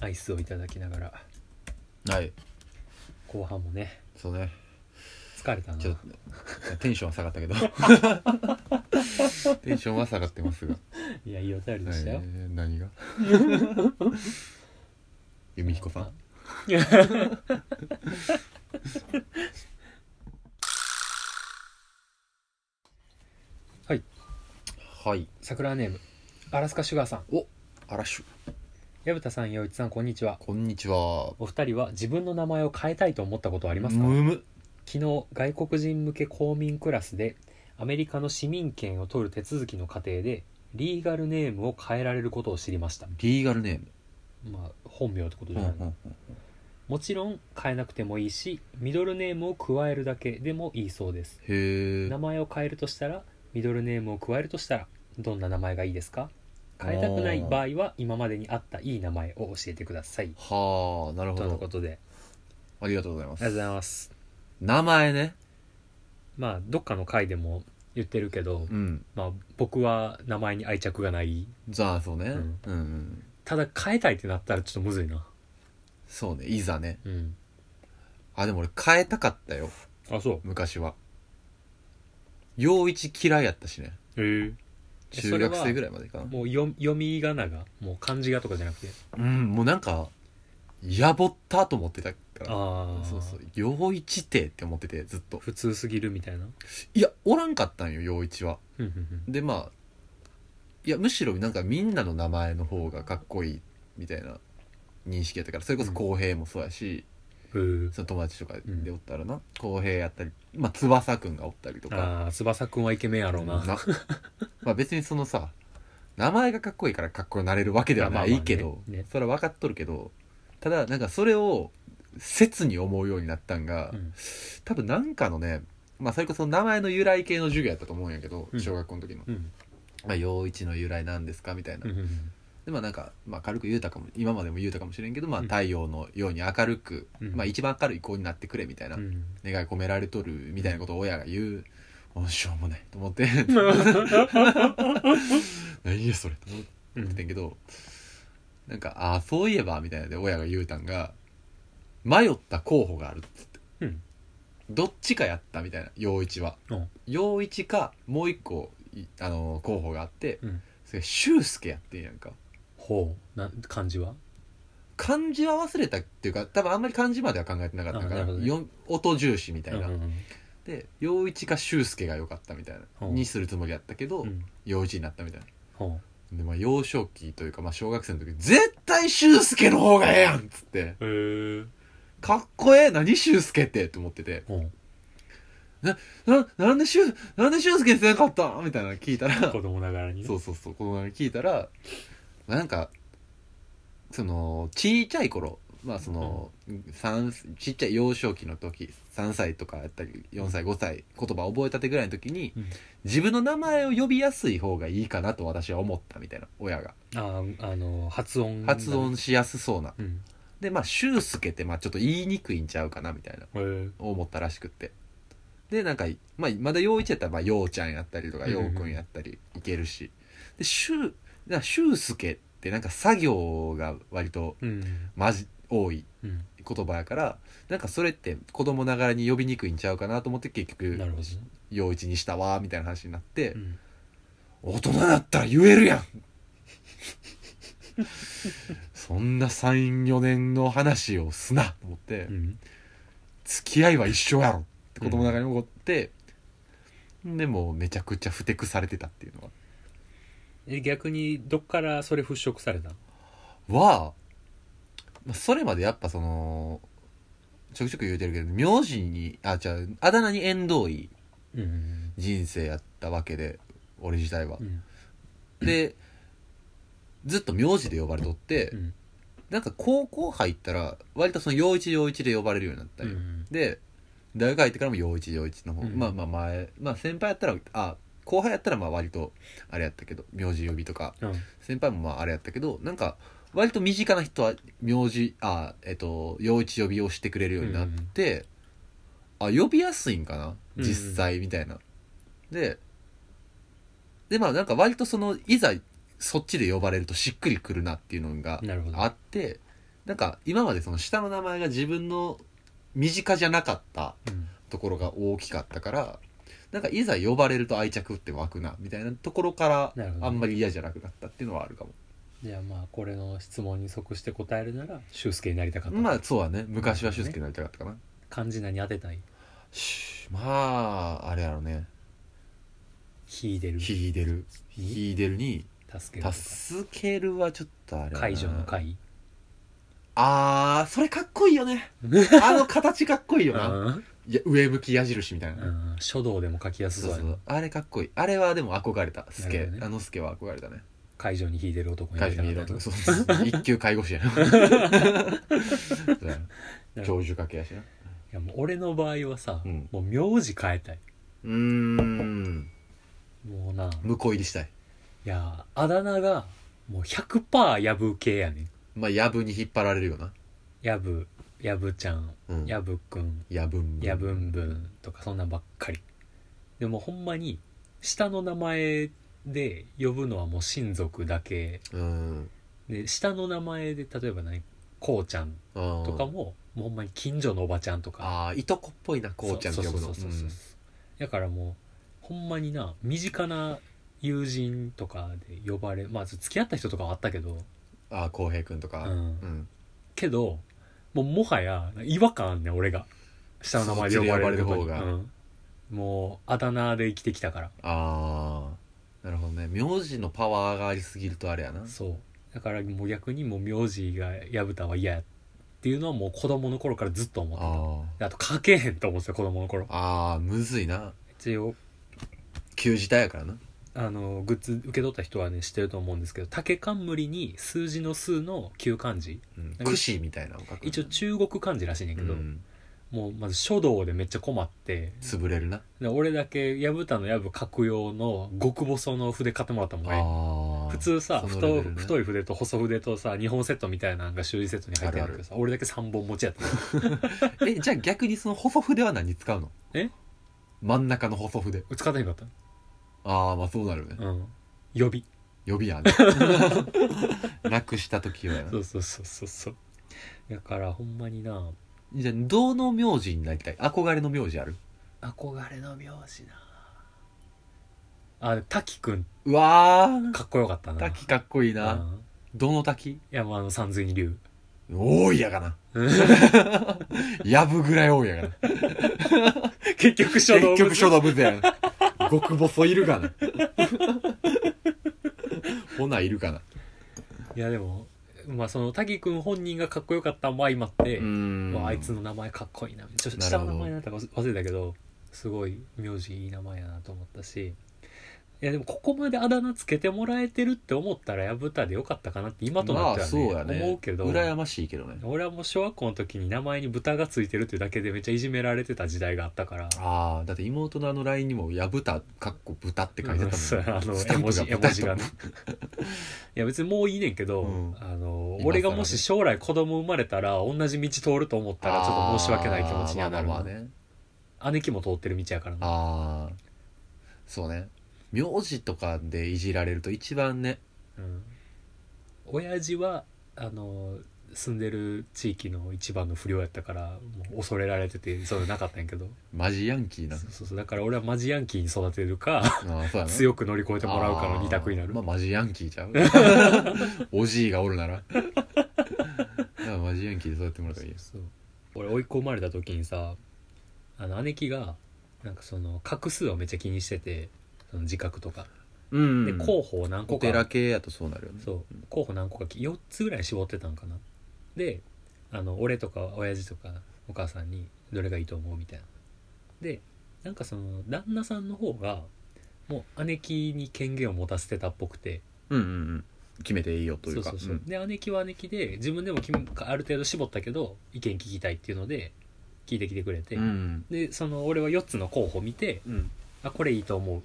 アイスをいただきながらはい後半もねそうね疲れたなちょっとテンションは下がったけど テンションは下がってますが、いやいいお便りでしたよ、えー 何が由美彦さん はいはい桜ネームアラスカシュガーさんおアラッシュ矢蓋さん陽一さんこんにちはこんにちはお二人は自分の名前を変えたいと思ったことはありますかむむ昨日外国人向け公民クラスでアメリカの市民権を取る手続きの過程でリーガルネームを変えられることを知りましたリーガルネームまあ本名ってことうじゃんうない、んもちろん変えなくてもいいしミドルネームを加えるだけでもいいそうですへえ名前を変えるとしたらミドルネームを加えるとしたらどんな名前がいいですか変えたくない場合は今までにあったいい名前を教えてくださいはあなるほとのどことでありがとうございまありがとうごすざいます名前ねまあどっかの回でも言ってるけど、うんまあ、僕は名前に愛着がないじゃあそうね、うんん、うんうんただ変えたいってなったらちょっとむずいなそうねいざねうんあでも俺変えたかったよあそう昔は陽一嫌いやったしねへえ中学生ぐらいまでかなもう読読み仮名がもう漢字がとかじゃなくてうんもうなんかやぼったと思ってたからああそうそう陽一ってって思っててずっと普通すぎるみたいないやおらんかったんよ陽一はうんうんでまあいやむしろなんかみんなの名前の方がかっこいいみたいな認識やったからそれこそ浩平もそうやうし、んへその友達とかでおったらな浩平、やったり、まあ、翼くんがおったりとえかああ翼くんはイケメンやろうななまあ別にそのさ名前がかっこいいからかっこよくなれるわけではまあなまあまあいねけど、ねそれは分かっとるけどただなんかそれを切に思うようになったんが、うん多分なんかのねまあそれこそ名前の由来系の授業やったと思うんやけど、うん小学校の時のうん「まあ、陽一の由来なんですか?」みたいな、うんうんうんでまあなんか、まあ、軽く言うたかも今までも言うたかもしれんけど、まあ、うん太陽のように明るく、うんまあ、一番明るい子になってくれみたいな、うん願い込められとるみたいなことを親が言う、おしょうもないと思って 何やそれと思ってんけど、なんかああそういえばみたいなで親が言うたんが迷った候補があるっつってうんどっちかやったみたいな陽一はうん陽一かもう一個いあの候補があってうんそれ修介やってんやんかほうな漢字は漢字は忘れたっていうか多分あんまり漢字までは考えてなかったかあなら、るほどねよん音重視みたいな、うんうんで陽一か修介が良かったみたいなほうにするつもりやったけど、うんうん陽一になったみたいなほで、まあ、幼少期というか、まあ、小学生の時絶対修介の方がええやんっつってうへえかっこええ何修介ってって思っててほうななんで修なんで修介せなかったみたいなの聞いたら子供ながらにねそうそうそうこの前聞いたらなんかそのちっちゃい頃まあその、三ちっちゃい幼少期の時3歳とかやったり4歳5歳言葉覚えたてぐらいの時に、うん自分の名前を呼びやすい方がいいかなと私は思ったみたいな親があああの発音が発音しやすそうな、うんでまあ俊介ってまあちょっと言いにくいんちゃうかなみたいなへえ思ったらしくってでなんか、まあ、まだ陽一やったらまあ陽ちゃんやったりとかうんうんう陽んくんやったりいけるしで修なんか修介ってなんか作業が割とうんまじ多いうん言葉やからなんかそれって子供ながらに呼びにくいんちゃうかなと思って結な局るほどね陽一にしたわみたいな話になって、うん大人だったら言えるやんそんな34年の話をすなと思って。うん付き合いは一緒やろって子供の中に思って、でもうめちゃくちゃふてくされてたっていうのえ逆にどっからそれ払拭されたのははまあそれまでやっぱそのちょくちょく言うてるけど名字にあじゃああだ名に縁遠いうん人生やったわけで俺自体はう、んでずっと名字で呼ばれとって、うんなんか高校入ったら割とその陽一陽一で呼ばれるようになったうり、んで大学入ってからも陽一陽一の方、うんまあまあ前まあ先輩やったらあ後輩やったらまあ割とあれやったけど名字呼びとかうん先輩もまああれやったけどなんか割と身近な人は名字あえっと陽一呼びをしてくれるようになって、あ呼びやすいんかな実際みたいな、ででまあなんか割とそのいざそっちで呼ばれるとしっくりくるなっていうのがなるほどあってなんか今までその下の名前が自分の身近じゃなかったうんところが大きかったからなんかいざ呼ばれると愛着って湧くなみたいなところかなるらほどあんまり嫌じゃなくなったっていうのはあるかもじゃあまあこれの質問に即して答えるなら修介になりたかった、まあそうはね昔は俊介になりたかったかな漢字何当てたいしまああれやろね秀でるヒーデルひヒーデルに助「ける助ける」はちょっとあれやな解除の解あーそれかっこいい よねあの形かっこいいよなうんいや上向き矢印みたいな、うん書道でも書きやすそそううそやなうあれかっこいいあれはでも憧れたスなるケ、ほどねあのスケは憧れたね会場に秀でる男にな会り社たにかっいるたと男そうそ うそう一級介護士やなそうやななるほど教授かけやしないやもう俺の場合はさ、うんもう名字変えたいうーんもうな向こう入りしたいいやあだ名がもう100%やぶ系やねんまあやぶに引っ張られるよなやぶやぶちゃんうんやぶくんやぶんぶんやぶんぶんとかそんなんばっかりでもほんまに下の名前で呼ぶのはもう親族だけうんで下の名前で例えば何こうちゃんととかも,、もうほんまに近所のおばちゃんとかああいとこっぽいなこうちゃんって呼ぶのそうそうそうそうそうだからもうほんまにな身近な友人とかで呼ばれまあ付き合った人とかはあったけど、うんああ浩平君とかう、んうんけどもうもはや違和感あんねん俺が下の名前で呼ばれることそにっちで呼ばれる方がうんもうあだ名で生きてきたからああなるほどね名字のパワーがありすぎるとあれやなそうだからもう逆にもう名字が薮田は嫌やっていうのはもう子供の頃からずっと思ってたあであと書けへんと思ってた子供の頃あああむずいな一応旧字体やからなあのグッズ受け取った人はね知ってると思うんですけど竹冠に数字の数の旧漢字うんくしみたいなのを書く一応中国漢字らしいねんうけど、んもうまず書道でめっちゃ困って潰れるなで俺だけ薮田の薮書く用の極細の筆買ってもらったもんねああ普通さ、その太レベルね太い筆と細筆とさ2本セットみたいなのが修理セットに入ってるんだけどさ俺だけ3本持ちやったえじゃあ逆にその細筆は何使うのえ真ん中の細筆使ってへんかったああまあそうなるよねうん予備予備 やねなくした時はやなそうそうそうそうそうだからほんまになじゃあどの名字になりたい憧れの名字ある憧れの名字なあ滝くんうわーかっこよかったな滝かっこいいな、うんどの滝いやまああの三髄に竜多いやかな やぶぐらい多いやかな結局書道結部局書道部やな極細いるかなほないるかないやでもまあその滝くん本人がかっこよかったんも相まって、んまあ、あいつの名前かっこいいなちょっとなる下ほのど名前なんだか忘れたけどすごい名字いい名前やなと思ったしいやでもここまであだ名つけてもらえてるって思ったらやぶたでよかったかなって今となっては、ねまあそうやね思うけど羨ましいけどね俺はもう小学校の時に名前に豚がついてるってだけでめっちゃいじめられてた時代があったからああだって妹のあの LINE にも「やぶた」かっこ「豚」って書いてあうったもん、ん そうあのスタン絵文プ字が絵豚文字がねいや別にもういいねんけど、うんあの今俺がもし将来子供生まれたら同じ道通ると思ったらちょっと申し訳ない気持ちにはなるあーまあな、まあまあね姉貴も通ってる道やからなああそうね名字とかでいじられると一番ねうん、親父はあの住んでる地域の一番の不良やったからもう恐れられててそういうのなかったんやけどマジヤンキー なそうそうそうだから俺はマジヤンキーに育てるかあーそうやな強く乗り越えてもらうかの二択になあるーまあマジヤンキーちゃう おじいがおるならだからマジヤンキーで育ってもらったらいいですそう俺追い込まれた時にさあの姉貴がなんかその画数をめっちゃ気にしててその自覚とか、うんで候補を何お個か寺系やとそうなるよねそう候補何個か4つぐらい絞ってたんかなであの俺とか親父とかお母さんにどれがいいと思うみたいなでなんかその旦那さんの方がもう姉貴に権限を持たせてたっぽくてうんうんうん決めていいよといそううかそうそう、んで姉貴は姉貴で自分でも決めある程度絞ったけど意見聞きたいっていうので聞いてきてくれて、うんでその俺は4つの候補見てうんあこれいいと思うっ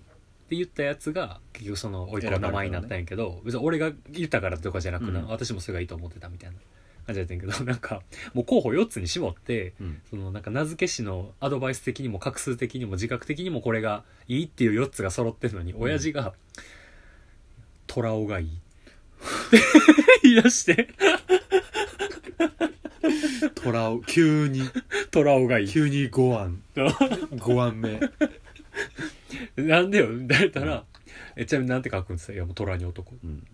て言ったやつが結局そのおいっ子の名前になったんやけど、別に俺が言ったからとかじゃなくな、うん私もそれがいいと思ってたみたいな感じだったんやけどなんかもう候補4つに絞ってうんそのなんか名付け師のアドバイス的にも画数的にも自覚的にもこれがいいっていう4つが揃ってるのにん親父が 「虎、ラ男がいい」って言い出してトラオ急に トラオがいい急に5案5案目なんでよだったら、えちなみになんて書くんですかいやもうトラに男うん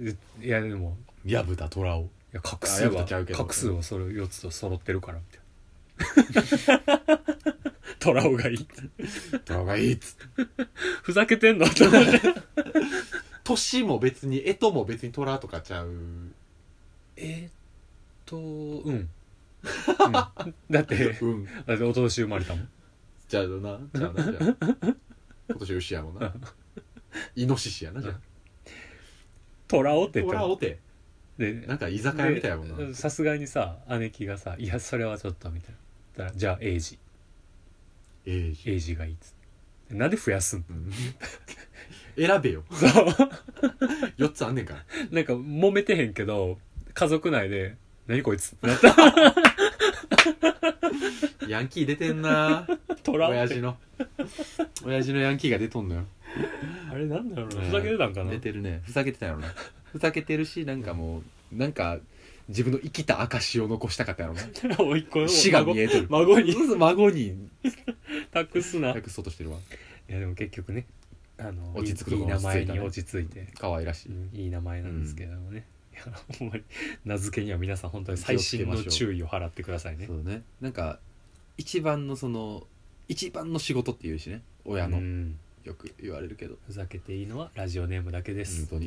えいやでもやぶたトラオいや画数あやっはぱちゃうけど画数はそれ4つと揃ってるからみたい なトラオがいいトラオがいいっつってふざけてんのと思って年も別にえとも別にトラとかちゃう えーっとうん、うん、だってうんだっておととし生まれたもんじゃあなじゃあなじゃあ 今年牛やもんなイノシシやなじゃあトラオって言トったラもんオてでなんか居酒屋みたいやもんなでさすがにさ姉貴がさ「いやそれはちょっと」みたいなだからじゃあエイジええじエイジがいいっつってなんで増やすんうん選べよそう4つあんねんから なんか揉めてへんけど家族内で「何こいつ」ってなったヤンキー出てんな トラ親って父の親父のヤンキーが出とんのよあれなんだろうなふざけてたんかな出てるねふざけてたよなふざけてるしなんかもうなんか自分の生きた証を残したかったやろな おいっ子を死が見えてる孫にそうそう孫に託すな託そうとしてるわいやでも結局ねあの落ち着くいといこい名ろが落ち着前いたにね落ち着いて、可愛らしい、うんいい名前なんですけれどもね、いやほんまに名付けには皆さん本当に細心の注意を払ってくださいねそうねなんか一番のその一番の仕事っていうしね親の、うんよく言われるけどふざけていいのはラジオネームだけで本す、 当に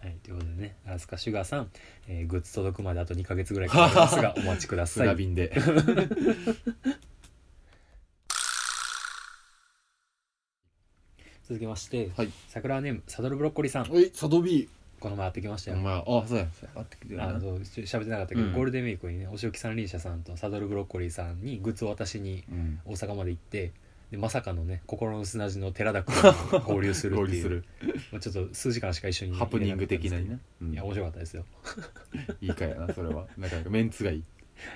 はい、ということでねアラスカシュガーさん、えーグッズ届くまであと2ヶ月ぐらいかかります がお待ちくださ船い便で続きまして、はい桜ネームサドルブロッコリーさんおいサドビこの前会ってきましたーよお前あそうやそうやあってきてるなあそうし喋ってなかったけど、うんゴールデンウィークにねお仕置き三輪車さんとサドルブロッコリーさんにグッズを渡しにうん大阪まで行ってでまさかのね心の砂地の寺田君 が合流する合って流いすうるまあ、ちょっと数時間しか一緒にいれなハかったプんですニけどング的なにね、うんいや面白かったですよいいかやなそれ はなかなかメンツがいい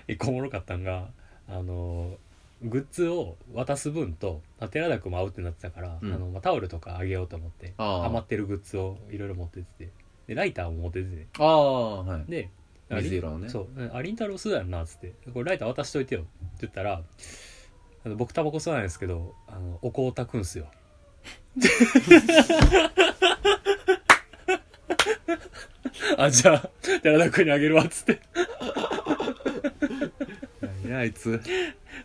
一個おもろかったんがあのグッズを渡す分とまあ寺田君も会うってなってたから、うんあのまあ、タオルとかあげようと思ってあー余ってるグッズをいろいろ持ってっててでライターも持ってててああはいで水色のねそう「ありんたろう吸うやんな」っつって「これライター渡しといてよ」って言ったら「あの僕タバコ吸わないんですけどあのお香炊くんすよ」 あじゃあ寺田君にあげるわっつっていやあいつ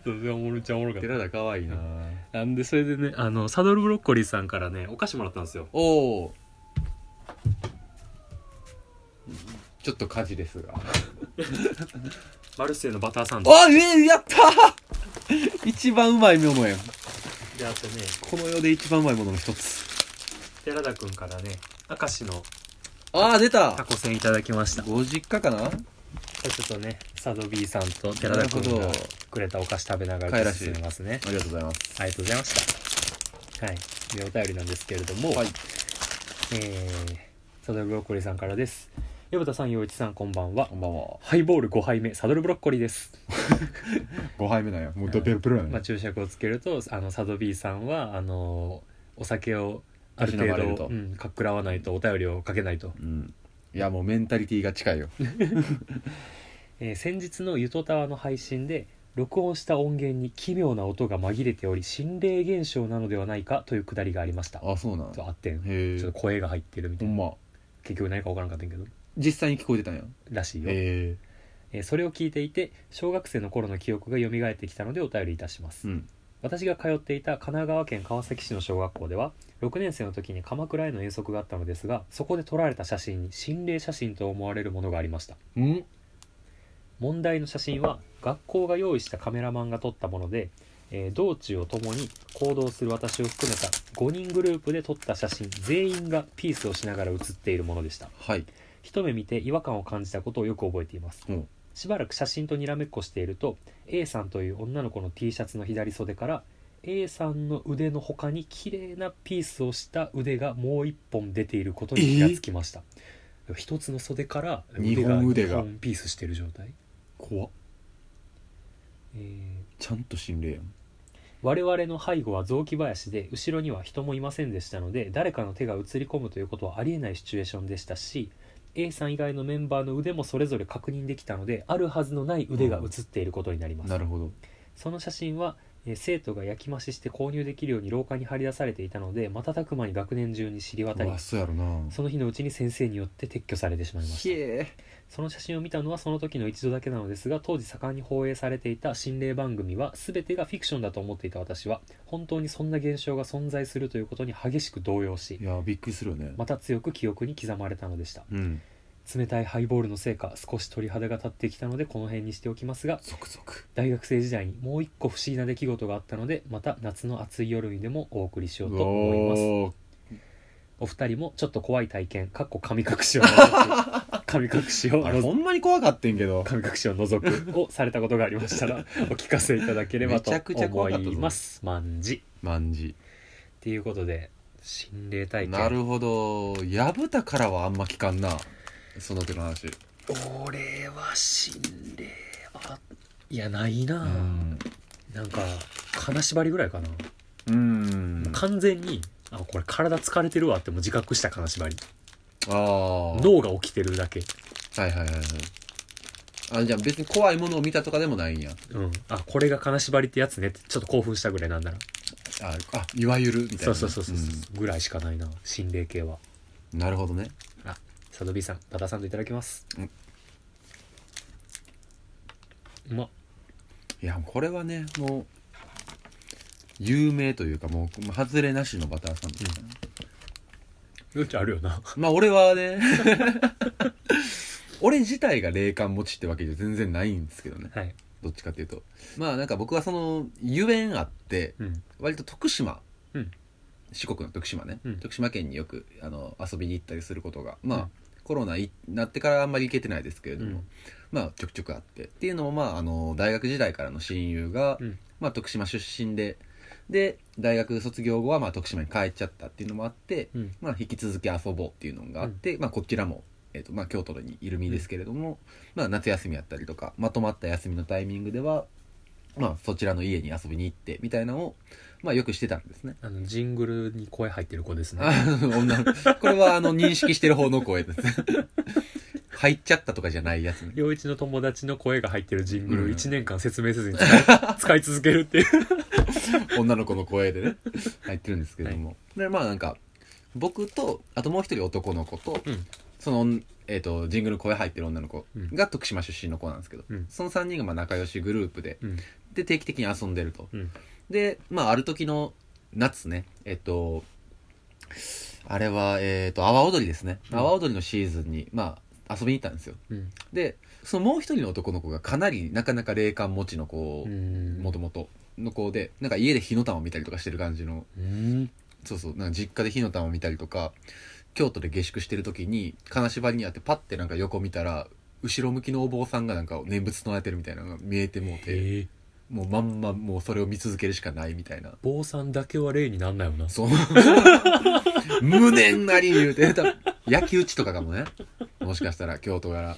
そうそれおもろいっちゃおもろかっ寺田可愛いなたなんでそれでねあのサドルブロッコリーさんからねお菓子もらったんですよおおちょっと火事ですがマルセイのバターサンドあえやったー一番うまいものやんであとねこの世で一番うまいものの一つ寺田君からね明石のああ出タたコせんいただきましたご実家かなこれちょっとねサドビーさんと寺田君なるがほどくれたお菓子食べなが帰ららしい進めますねありがとうございますありがとうございましたはいでお便りなんですけれども、はいえー、サドルブロッコリーさんからです矢田さん陽一さんこんばんはこんばんはハイボール5杯目サドルブロッコリーです、 5杯目なんやもうドペルペルやまあ、ね注釈をつけるとあのサドビーさんはあのお酒をある程たしなまれる度とうん、かっくらわないとお便りをかけないと、うんいやもうメンタリティが近いよえー先日のゆとたわの配信で録音した音源に奇妙な音が紛れており心霊現象なのではないかというくだりがありましたあそうなんそうあってんへちょっえと声が入ってるみたほいなんま結局何か分からんかったんやけど実際に聞こえてたんやらしいよ、へえーそれを聞いていて小学生の頃の記憶が蘇ってきたのでお便りいたします、えうん私が通っていた神奈川県川崎市の小学校では6年生の時に鎌倉への遠足があったのですがそこで撮られた写真に心霊写真と思われるものがありましたうん問題の写真は学校が用意したカメラマンが撮ったもので、えー道中を共に行動する私を含めた5人グループで撮った写真全員がピースをしながら写っているものでしたはい一目見て違和感を感じたことをよく覚えていますうんしばらく写真とにらめっこしていると A さんという女の子の T シャツの左袖から A さんの腕の他に綺麗なピースをした腕がもう一本出ていることに気がつきました、一つの袖から二本腕が二本ピースしている状態、怖っえーちゃんと心霊やん我々の背後は雑木林で後ろには人もいませんでしたので誰かの手が映り込むということはありえないシチュエーションでしたし A さん以外のメンバーの腕もそれぞれ確認できたのであるはずのない腕が写っていることになります、なるほどその写真は、えー生徒が焼き増しして購入できるように廊下に張り出されていたので瞬く間に学年中に知り渡うりわそうやろなその日のうちに先生によって撤去されてしまいまひしたえその写真を見たのはその時の一度だけなのですが当時盛んに放映されていた心霊番組は全てがフィクションだと思っていた私は本当にそんな現象が存在するということに激しく動揺しいやびっくりするよね、また強く記憶に刻まれたのでしたうん冷たいハイボールのせいか少し鳥肌が立ってきたのでこの辺にしておきますが続々大学生時代にもう一個不思議な出来事があったのでまた夏の暑い夜にでもお送りしようと思いますおーお二人もちょっと怖い体験かっこ神隠 しを除く神隠しをあれ除ほくんまに怖かってんけど神隠しを除くをされたことがありました らお聞かせいただければとめちゃくちゃ思怖かったぞいます万事万事っていうことで心霊体験なるほど薮田からはあんま聞かんなその手の話俺は心霊あいやないな、うんなんか金縛りぐらいかな、うん完全にあこれ体疲れてるわってもう自覚した金縛りああ脳が起きてるだけはいはいはいはいあじゃあ別に怖いものを見たとかでもないんやうんあこれが金縛りってやつねってちょっと興奮したぐらいなんならああいわゆるみたいなそうそうそうそう、んぐらいしかないな心霊系はなるほどね佐渡 B さん馬田さんといただきますうんうまっいやこれはねもう有名というかもう外れなしのバターさんですね、余地あるよなまあ俺はね 俺自体が霊感持ちってわけじゃ全然ないんですけどねはいどっちかっていうとまあなんか僕はそのゆえんあってうん割と徳島、うん四国の徳島ね、うん徳島県によくあの遊びに行ったりすることがまあ、うんコロナになってからあんまり行けてないですけれども、うんまあちょくちょくあってっていうのもまああの大学時代からの親友が、うんまあ、徳島出身でで大学卒業後はまあ徳島に帰っちゃったっていうのもあって、うんまあ、引き続き遊ぼうっていうのがあって、まあ、こちらも、えーとまあ、京都にいる身ですけれども、まあ、夏休みやったりとかまとまった休みのタイミングでは、まあ、そちらの家に遊びに行ってみたいなのを、まあ、よくしてたんですね。 あのジングルに声入ってる子ですねあ女の子これはあの認識してる方の声です 入っちゃったとかじゃないやつね陽一の友達の声が入ってるジングうルん1年間説明せずに使い, 、使い 続けるっていう 女の子の声でね入ってるんですけども、でまあなんか僕とあともう一人男の子と、うんその、えー、とジングル声入ってる女の子うんが徳島出身の子なんですけど、うんその3人がまあ仲良しグループでうんで定期的に遊んでると、うんでまあある時の夏ねえっ、とあれはえっ、と阿波踊りですねうん阿波、踊りのシーズンにまあ遊びに行ったんですようんでそのもう一人の男の子がかなりなかなか霊感持ちの子うんもともとの子でなんか家で火の玉見たりとかしてる感じのうんそうそうなんか実家で火の玉見たりとか京都で下宿してる時に金縛りにあってパッてなんか横見たら後ろ向きのお坊さんがなんか念仏唱えてるみたいなのが見えてもうてええもうまんまもうそれを見続けるしかないみたいな坊さんだけは例になんないよなそう無念なり言うて多分焼き討ちとかかもねもしかしたら京都から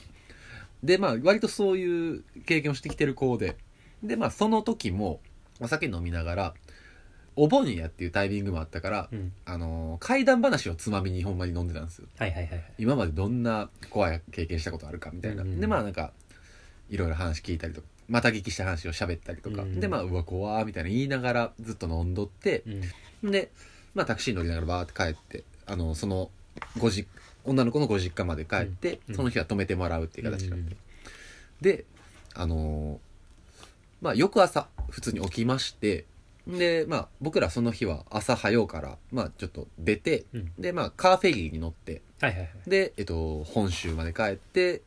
でまあ割とそういう経験をしてきてる子ででまあその時もお酒飲みながらお盆やっていうタイミングもあったから、うんあのー怪談話をつまみにほんまに飲んでたんですよはいはいはいはい今までどんな怖い経験したことあるかみたいな、うんうんでまあなんかいろいろ話聞いたりとかまた聞きした話を喋ったりとか、うんでまあうわ怖ーみたいな言いながらずっと飲んどって、うんで、まあ、タクシー乗りながらバーって帰ってあのそのごじ女の子のご実家まで帰って、うんその日は泊めてもらうっていう形になって、うんであのーまあ翌朝普通に起きましてでまあ僕らその日は朝早うからまあちょっと出て、うんでまあカーフェリーに乗ってはいはいはいで、えっと、本州まで帰って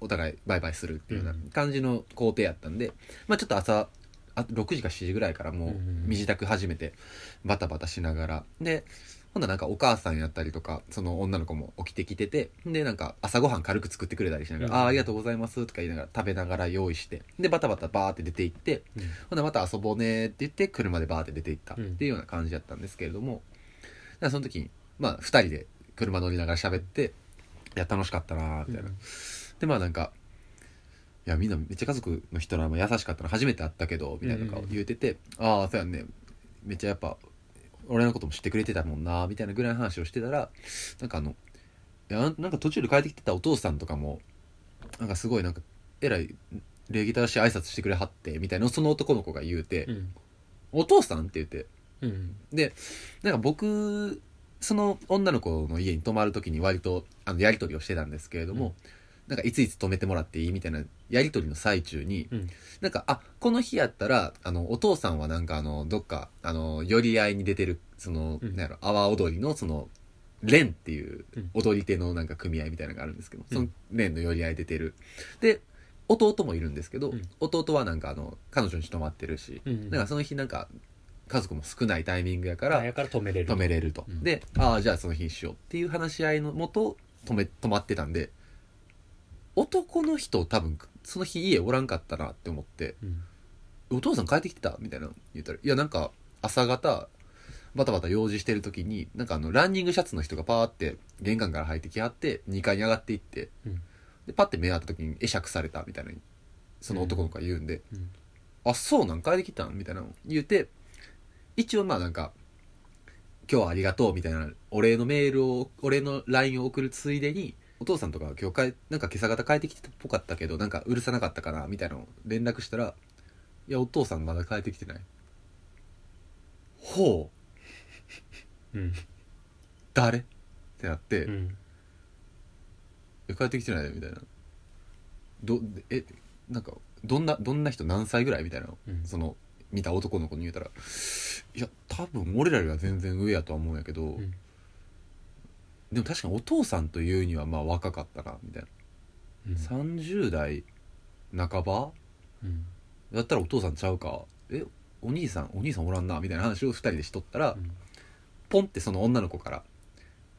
お互いバイバイするっていうよううんな感じの工程やったんで、まあ、ちょっと朝あ6時か7時ぐらいからもううんうん身支度始めてバタバタしながらでほんならなんかお母さんやったりとかその女の子も起きてきててでなんか朝ごはん軽く作ってくれたりしながうら「んうんああありがとうございます」とか言いながら食べながら用意してでバタバタバーって出て行ってうんほなまた遊ぼうねって言って車でバーって出て行ったっうんていうような感じだったんですけれども、だからその時にまあ2人で車乗りながら喋っていや楽しかったなーみたいな、でまあなんかいやみんなめっちゃ家族の人らも優しかったの初めて会ったけどみたいなのを言うてて、ああそうやんねめっちゃやっぱ俺のことも知ってくれてたもんなみたいなぐらいの話をしてたらなんかあのやなんなんか途中で帰ってきてたお父さんとかもなんかすごいなんかえらい礼儀正しい挨拶してくれはってみたいなのをその男の子が言うて「うんお父さん?」って言ってうんでなんか僕その女の子の家に泊まる時に割とあのやり取りをしてたんですけれども、なんかいついつ泊めてもらっていいみたいなやり取りの最中に、うんなんかあこの日やったらあのお父さんはなんかあのどっかあの寄り合いに出てるその、うんなんやろ阿波踊りのその連っていううん踊り手のなんか組合みたいなのがあるんですけど、うんその連の寄り合い出てるで弟もいるんですけど、うん弟はなんかあの彼女に泊まってるし、うんなんかその日なんか家族も少ないタイミングやかからやから止めれる止めれると、うんでああじゃあその日にしようっていう話し合いのもと止め止まってたんで男の人多分その日家おらんかったなって思ってうん「お父さん帰ってきてた?」みたいなの言ったら「いやなんか朝方バタバタ用事してる時になんかあのランニングシャツの人がパーって玄関から入ってきはって2階に上がっていって、うんでパッて目合った時に会釈されたみたいなその男の子が言うんで、うんあ、そうなん帰ってきたんみたいなの言うて、一応まあなんか、今日はありがとうみたいな、お礼のメールを、お礼の LINE を送るついでに、お父さんとかは今日帰、なんか今朝方帰ってきてたっぽかったけど、なんかうるさなかったかなみたいなのを連絡したら、いや、お父さんまだ帰ってきてない。ほう、うん誰ってなって、ういんや帰ってきてないよみたいな。ど、え、なんか、どんな、どんな人何歳ぐらいみたいなのうんその見た男の子に言うたら「いや多分俺らよりは全然上やとは思うんやけど、んでも確かにお父さんというにはまあ若かったな」みたいな、うん30代半ばうんだったらお父さんちゃうかえお兄さんお兄さんおらんなみたいな話を2人でしとったら、うんポンってその女の子から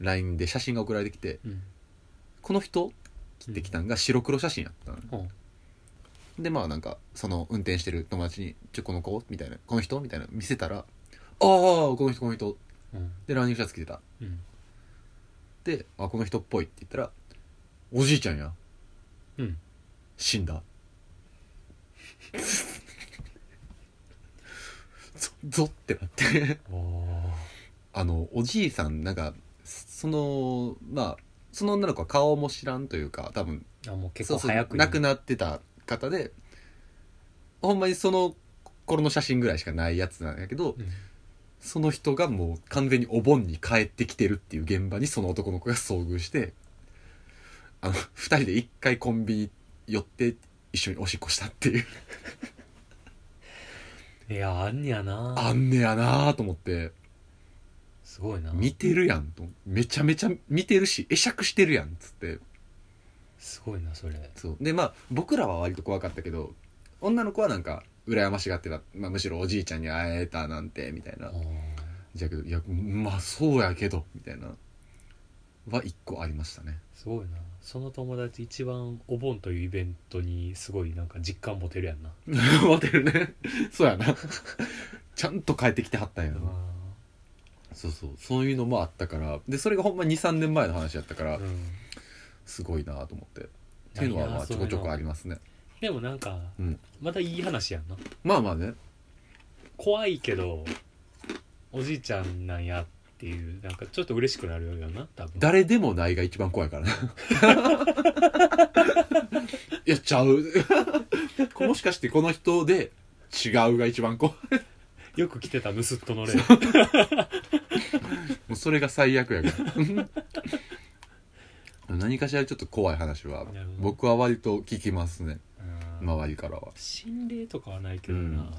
LINE で写真が送られてきてうんこの人切ってきたんが白黒写真やったの、ほでまあなんかその運転してる友達に「ちょこの子?」みたいな「この人?」みたいな見せたら「ああこの人この人」ううんでランニングシャツ着てたうんで「あこの人っぽい」って言ったら「おじいちゃんやうん死んだ」 ゾゾってなって ああのおじいさんなんかそのまあその女の子は顔も知らんというか多分あもう結構そうそう早く亡くなってた方でほんまにその頃の写真ぐらいしかないやつなんやけど、うんその人がもう完全にお盆に帰ってきてるっていう現場にその男の子が遭遇して、あの、二人で一回コンビニ寄って一緒におしっこしたっていう、いやあんねやなあんねやなぁと思って、すごいな見てるやんと。めちゃめちゃ見てるし、会釈してるやんっつって。すごいなそれそう。で、まあ、僕らは割と怖かったけど、女の子はなんか、羨ましがってた。まあ、むしろおじいちゃんに会えたなんて、みたいなあ。ーじゃけど、いや、まあ、そうやけど、みたいな。は一個ありまし たね。すごいなその友達一番お盆というイベントにすごいなんか実感持てるやんな、モテるねそうやなちゃんと帰ってきてはったんやな、そうそうそういうのもあったからでそれがほんま23年前の話やったから、うんすごいなと思ってっていうのはないなまあちょこちょこそういうのありますねでもなんか、うんまたいい話やんなまあまあね怖いけどおじいちゃんなんやっていうなんかちょっと嬉しくなるよな多分誰でもないが一番怖いから ないやちゃうもしかしてこの人で違うが一番怖いよく来てたムスッとの例もうそれが最悪やから 何かしらちょっと怖い話はなるほど僕は割と聞きますねうん周りからは心霊とかはないけどな、うん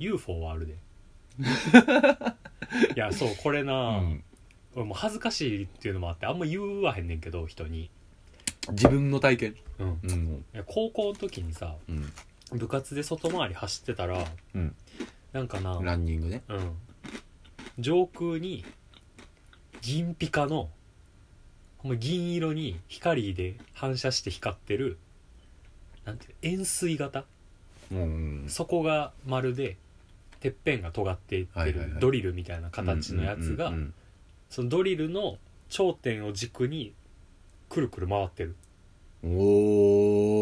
UFO はある でいやそうこれな、うん俺もう恥ずかしいっていうのもあってあんま言わへんねんけど人に、自分の体験うん、うんいや高校の時にさうん、部活で外回り走ってたら、うんなんかな、うん、ランニングね上空に銀ピカのほんま銀色に光で反射して光ってるなんていう円錐型うん底が丸でてっぺんが尖っていってはいはいるはいドリルみたいな形のやつがうんうんそのドリルの頂点を軸にくるくる回ってるうんうん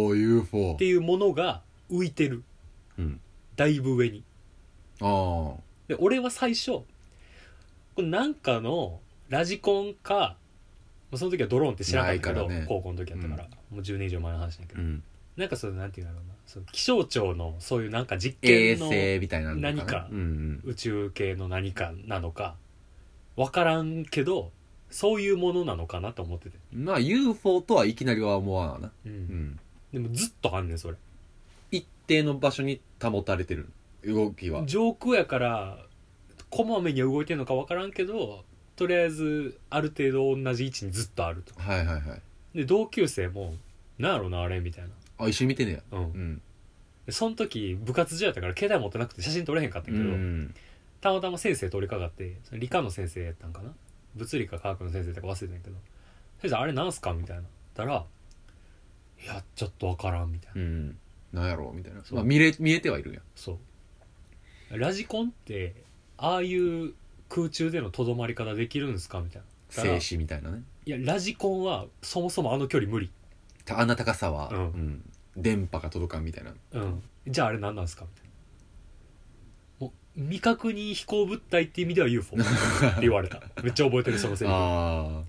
おー UFO っていうものが浮いてるうん、だいぶ上にああで俺は最初これなんかのラジコンかあ、その時はドローンって知らなかったけど、ないからね高校の時やったから、もう10年以上前の話だけど、うん、なんかそのなんていうんだろうなその気象庁のそういうなんか実衛験の星みたいなのな何かうんうん、宇宙系の何かなのか分からんけどそういうものなのかなと思ってて、まあ UFO とはいきなりは思わんわな、うんうん、でもずっとあんねんそれ一定の場所に保たれてる動きは上空やからこまめに動いてるのか分からんけどとりあえずある程度同じ位置にずっとあるとはいはいはいで同級生も「なんやろなあれ」みたいあ一緒に見てんねやな、うんうんでその時部活中やったから携帯持ってなくて写真撮れへんかったうけど、んたまたま先生通りかかってその理科の先生やったんかな物理か科学の先生とか忘れてんやけど「先生あれなんすか?」みたいなたら「いやちょっと分からん」みたいな、うんなんやろうみたいな、そうまあ、見れ見えてはいるやんそうラジコンってああいう空中でのとどまり方できるんですかみたいなだから静止みたいなねいやラジコンはそもそもあの距離無理たあんな高さは、うんうん電波が届かんみたいなうんじゃああれ何なんですかみたいなもう未確認飛行物体って意味では UFO って言われためっちゃ覚えてるそのセリフあ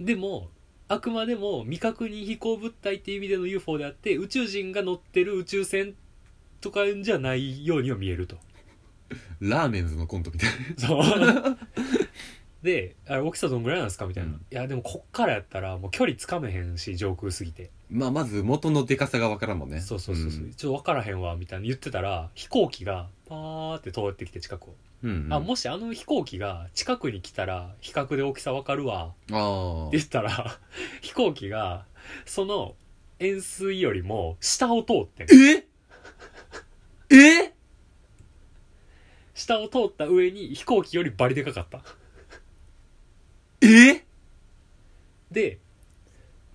でもあくまでも未確認飛行物体っていう意味での UFO であって宇宙人が乗ってる宇宙船とかじゃないようには見えるとあラーメンズのコントみたいそうであれ大きさどんぐらいなんですかみたいな、うんいやでもこっからやったらもう距離つかめへんし上空すぎて、な まあまず元のでかさがわからんもんねそうそうそうそう、んちょっと分からへんわみたいな言ってたら飛行機がパーって通ってきて近くを、うんうんあもしあの飛行機が近くに来たら比較で大きさ分かるわあって言ったら 飛行機がその円錐よりも下を通ってんええ下を通った上に飛行機よりバリでかかったえで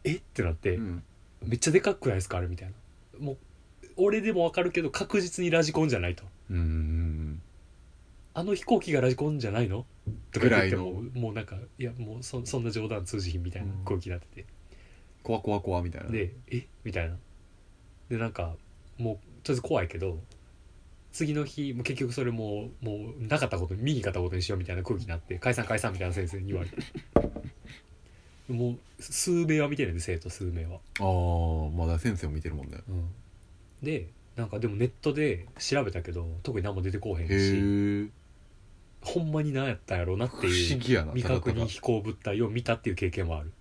えってなって、うんめっちゃでかくないですかあれみたいなもう俺でもわかるけど確実にラジコンじゃないとうんうんあの飛行機がラジコンじゃないのとかぐ言っらいてのももうなんかいやもうそそんな冗談通じひんみたいなうん空気になってて、怖怖怖みたいなでえみたいなでなんかもうとりあえず怖いけど次の日もう結局それもうもうなかったことに見にかったことにしようみたいな空気になって解散解散みたいな先生に言われ てもう数名は見てるんで生徒数名は、ああまだ先生も見てるもんねうんでなんかでもネットで調べたけど特に何も出てこうへんしへえほんまに何やったんやろうなって不い思う議やな未確認ただただ飛行物体を見たっていう経験もある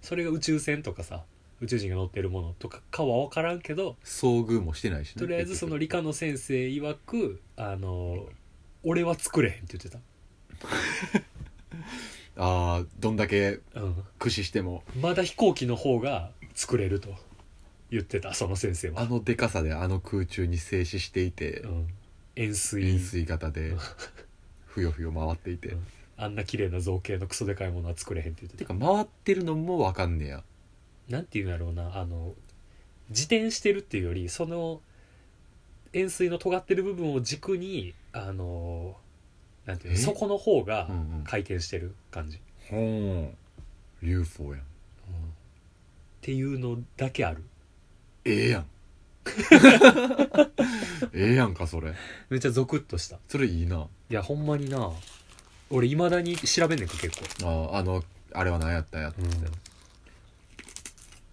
それが宇宙船とかさ宇宙人が乗ってるものとかかは分からんけど遭遇もしてないしねとりあえずその理科の先生曰くあの俺は作れへんって言ってああどんだけた、うん、駆使してもまだ飛行機の方が作れると言ってたその先生あは、のでかさであの空中に静止していてうん、円錐円錐型でふよふよ回っていてうんあんな綺麗な造形のクソでかいものは作れへんって言っててたか回ってるのもわかんねやなんていうんだろうなあの自転してるっていうよりその円錐の尖ってる部分を軸にあのなんていうのえ底の方がうんうん回転してる感じ、ほん UFO うんやんっていうのだけあるええやんええやんかそれめっちゃゾクッとしたそれいいなうんいやほんまにな俺いまだに調べんねんか結構、あーあのあれは何やったんやって、い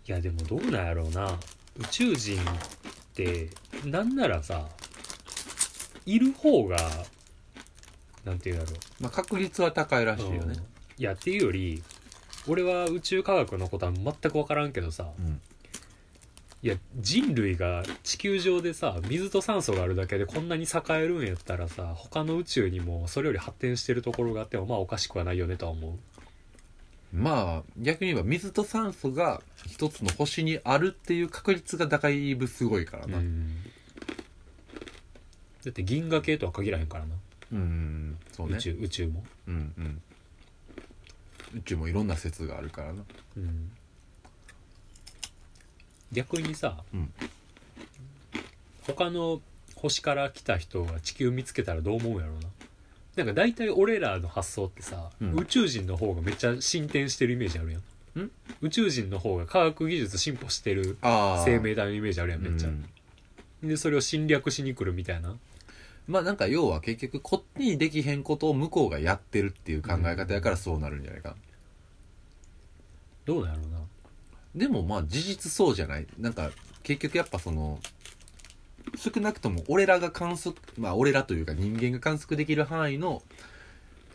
やでもどうなんやろうな宇宙人ってなんならさいる方がなんていうんだろまあ、確率は高いらうしいようんね、いやっていうより俺は宇宙科学のことは全く分からんけどさうんいや人類が地球上でさ水と酸素があるだけでこんなに栄えるんやったらさ他の宇宙にもそれより発展してるところがあってもまあおかしくはないよねとは思うまあ逆に言えば水と酸素が一つの星にあるっていう確率がだいぶすごいからなう、んだって銀河系とは限らへんからな、うんそうね宇宙宇宙も、うんうん宇宙もいろんな説があるからなうん逆にさ、うん他の星から来た人が地球見つけたらどう思うやろうななんか大体俺らの発想ってさ、うん宇宙人の方がめっちゃ進展してるイメージあるやんん宇宙人の方が科学技術進歩してるあ生命体のイメージあるやんめっちゃ、うんでそれを侵略しに来るみたいなまあなんか要は結局こっちにできへんことを向こうがやってるっていう考え方やからそうなるんじゃないか、どうなんやろうなでもまあ事実そうじゃないなんか結局やっぱその少なくとも俺らが観測まあ俺らというか人間が観測できる範囲の、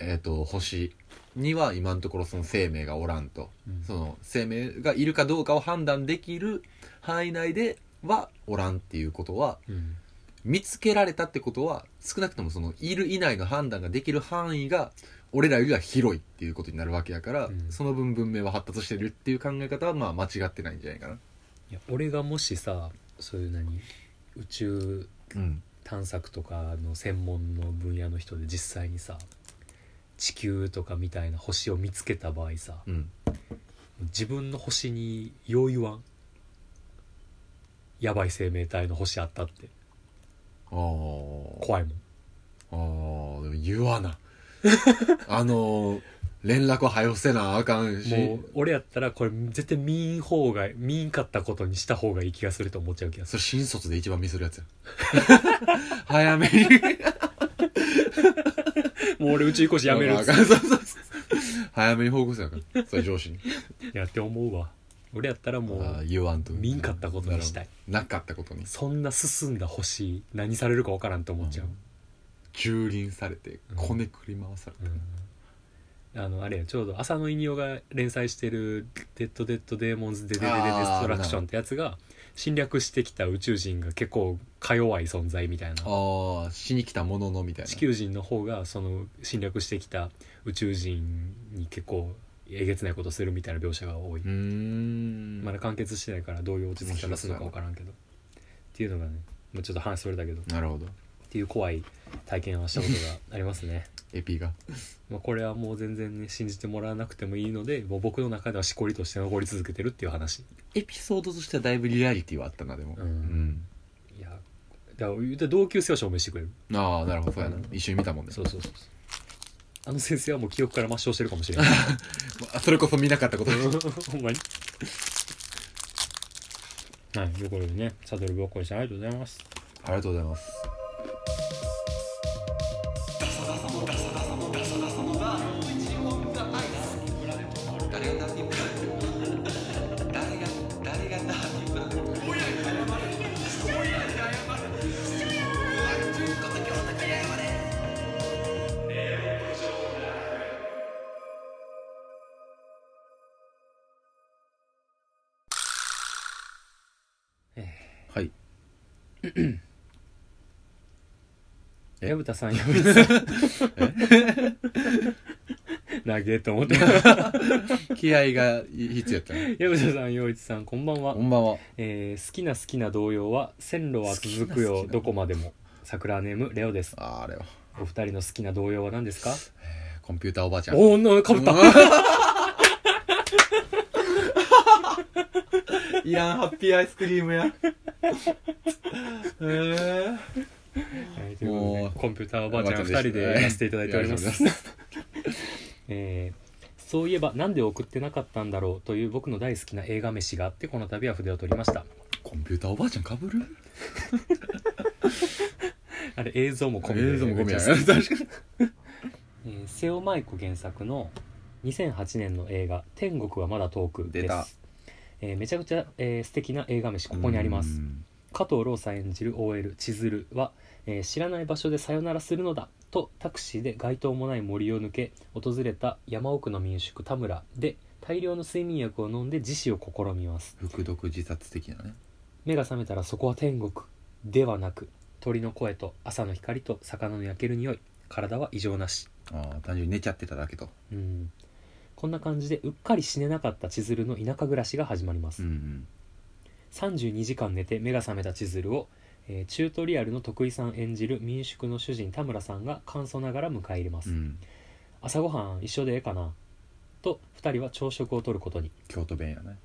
えー、と星には今のところその生命がおらんとうんその生命がいるかどうかを判断できる範囲内ではおらんっていうことはうん見つけられたってことは少なくともそのいる以内の判断ができる範囲が俺らよりは広いっていうことになるわけやから、うんその分文明は発達してるっていう考え方はまあ間違ってないんじゃないかな。いや俺がもしさそういう何宇宙うん、探索とかの専門の分野の人で実際にさ地球とかみたいな星を見つけた場合さうん、自分の星によう言わんやばい生命体の星あったってあー怖いもんあーでも言わ なあのー連絡は早せなあかんしもう俺やったらこれ絶対見ん方が見んかったことにした方がいい気がすると思っちゃう気がするそれ新卒で一番ミスるや つや早めにもう俺宇宙飛行士やめるっあつかっんて そうそうそう早めに報告せなあかんそれ上 司 にいやって思うわ俺やったらもあうー言わんと見んかったことにしたいなかったことにそんな進んだ星何されるか分からんと思っちゃう、蹂躙されてうんこねくり回されて、あのあれやちょうど浅野稲雄が連載してる「デッド・デッド・デーモンズ・デデデデ・デあーストラクション」ってやつが侵略してきた宇宙人が結構か弱い存在みたいなああしに来たもののみたいな地球人の方がその侵略してきた宇宙人に結構えげつないことするみたいな描写が多い、うーんまだ完結してないからどういう落ち着き方するのか分からんけどっていうのがねもうちょっと話それだけどっなるほどていう怖い体験をしたことがありますねエピがまあ、これはもう全然ね信じてもらわなくてもいいのでもう僕の中ではしこりとして残り続けてるっていう話エピソードとしてはだいぶリアリティはあったなでもうんいやだから言うたら同級生は証明してくれるうんああなるほどそうやなうん一緒に見たもんねそうそうそうあの先生はもう記憶から抹消してるかもしれない あそれこそ見なかったことほんまにはいということでねサドルブロッコリーさんありがとうございますありがとうございますはいえ矢蓋さ ん矢蓋さん 投げと思って 気合が必要やったね矢蓋さん陽一さんこんばんはこんばんはえー好きな好きな童謡は「線路は続く好きな好よきなどこまでも」桜ネームレオですあーあれはお二人の好きな童謡は何ですかコンピューターおばあちゃんおおかぶったいらんハッピーアイスクリームやえはいということでもうコンピューターおばあちゃんお2ばあちゃ人んでしたでやらせていただいておりまありがすとう えーそういえばなんで送ってなかったんだろうという僕の大好きな映画飯があってこの度は筆を取りましたコンピューターおばあちゃんかぶるあれ映像も込みで映像もごめんめっやちゃ好き確かにえー瀬尾舞子原作の2008年の映画「天国はまだ遠く」出でたす、えーめちゃくちゃ、えー素敵な映画飯ここにあります加藤朗さん演じる OL 千鶴は、えー知らない場所でさよならするのだとタクシーで街灯もない森を抜け訪れた山奥の民宿田村で大量の睡眠薬を飲んで自死を試みます服毒自殺的なね目が覚めたらそこは天国ではなく鳥の声と朝の光と魚の焼ける匂い体は異常なしああ単純に寝ちゃってただけとうんこんな感じでうっかり死ねなかった千鶴の田舎暮らしが始まります、ん32時間寝て目が覚めた千鶴を、えーチュートリアルの徳井さん演じる民宿の主人田村さんが簡素ながら迎え入れます、ん朝ごはん一緒でええかなと2人は朝食をとることに京都弁やね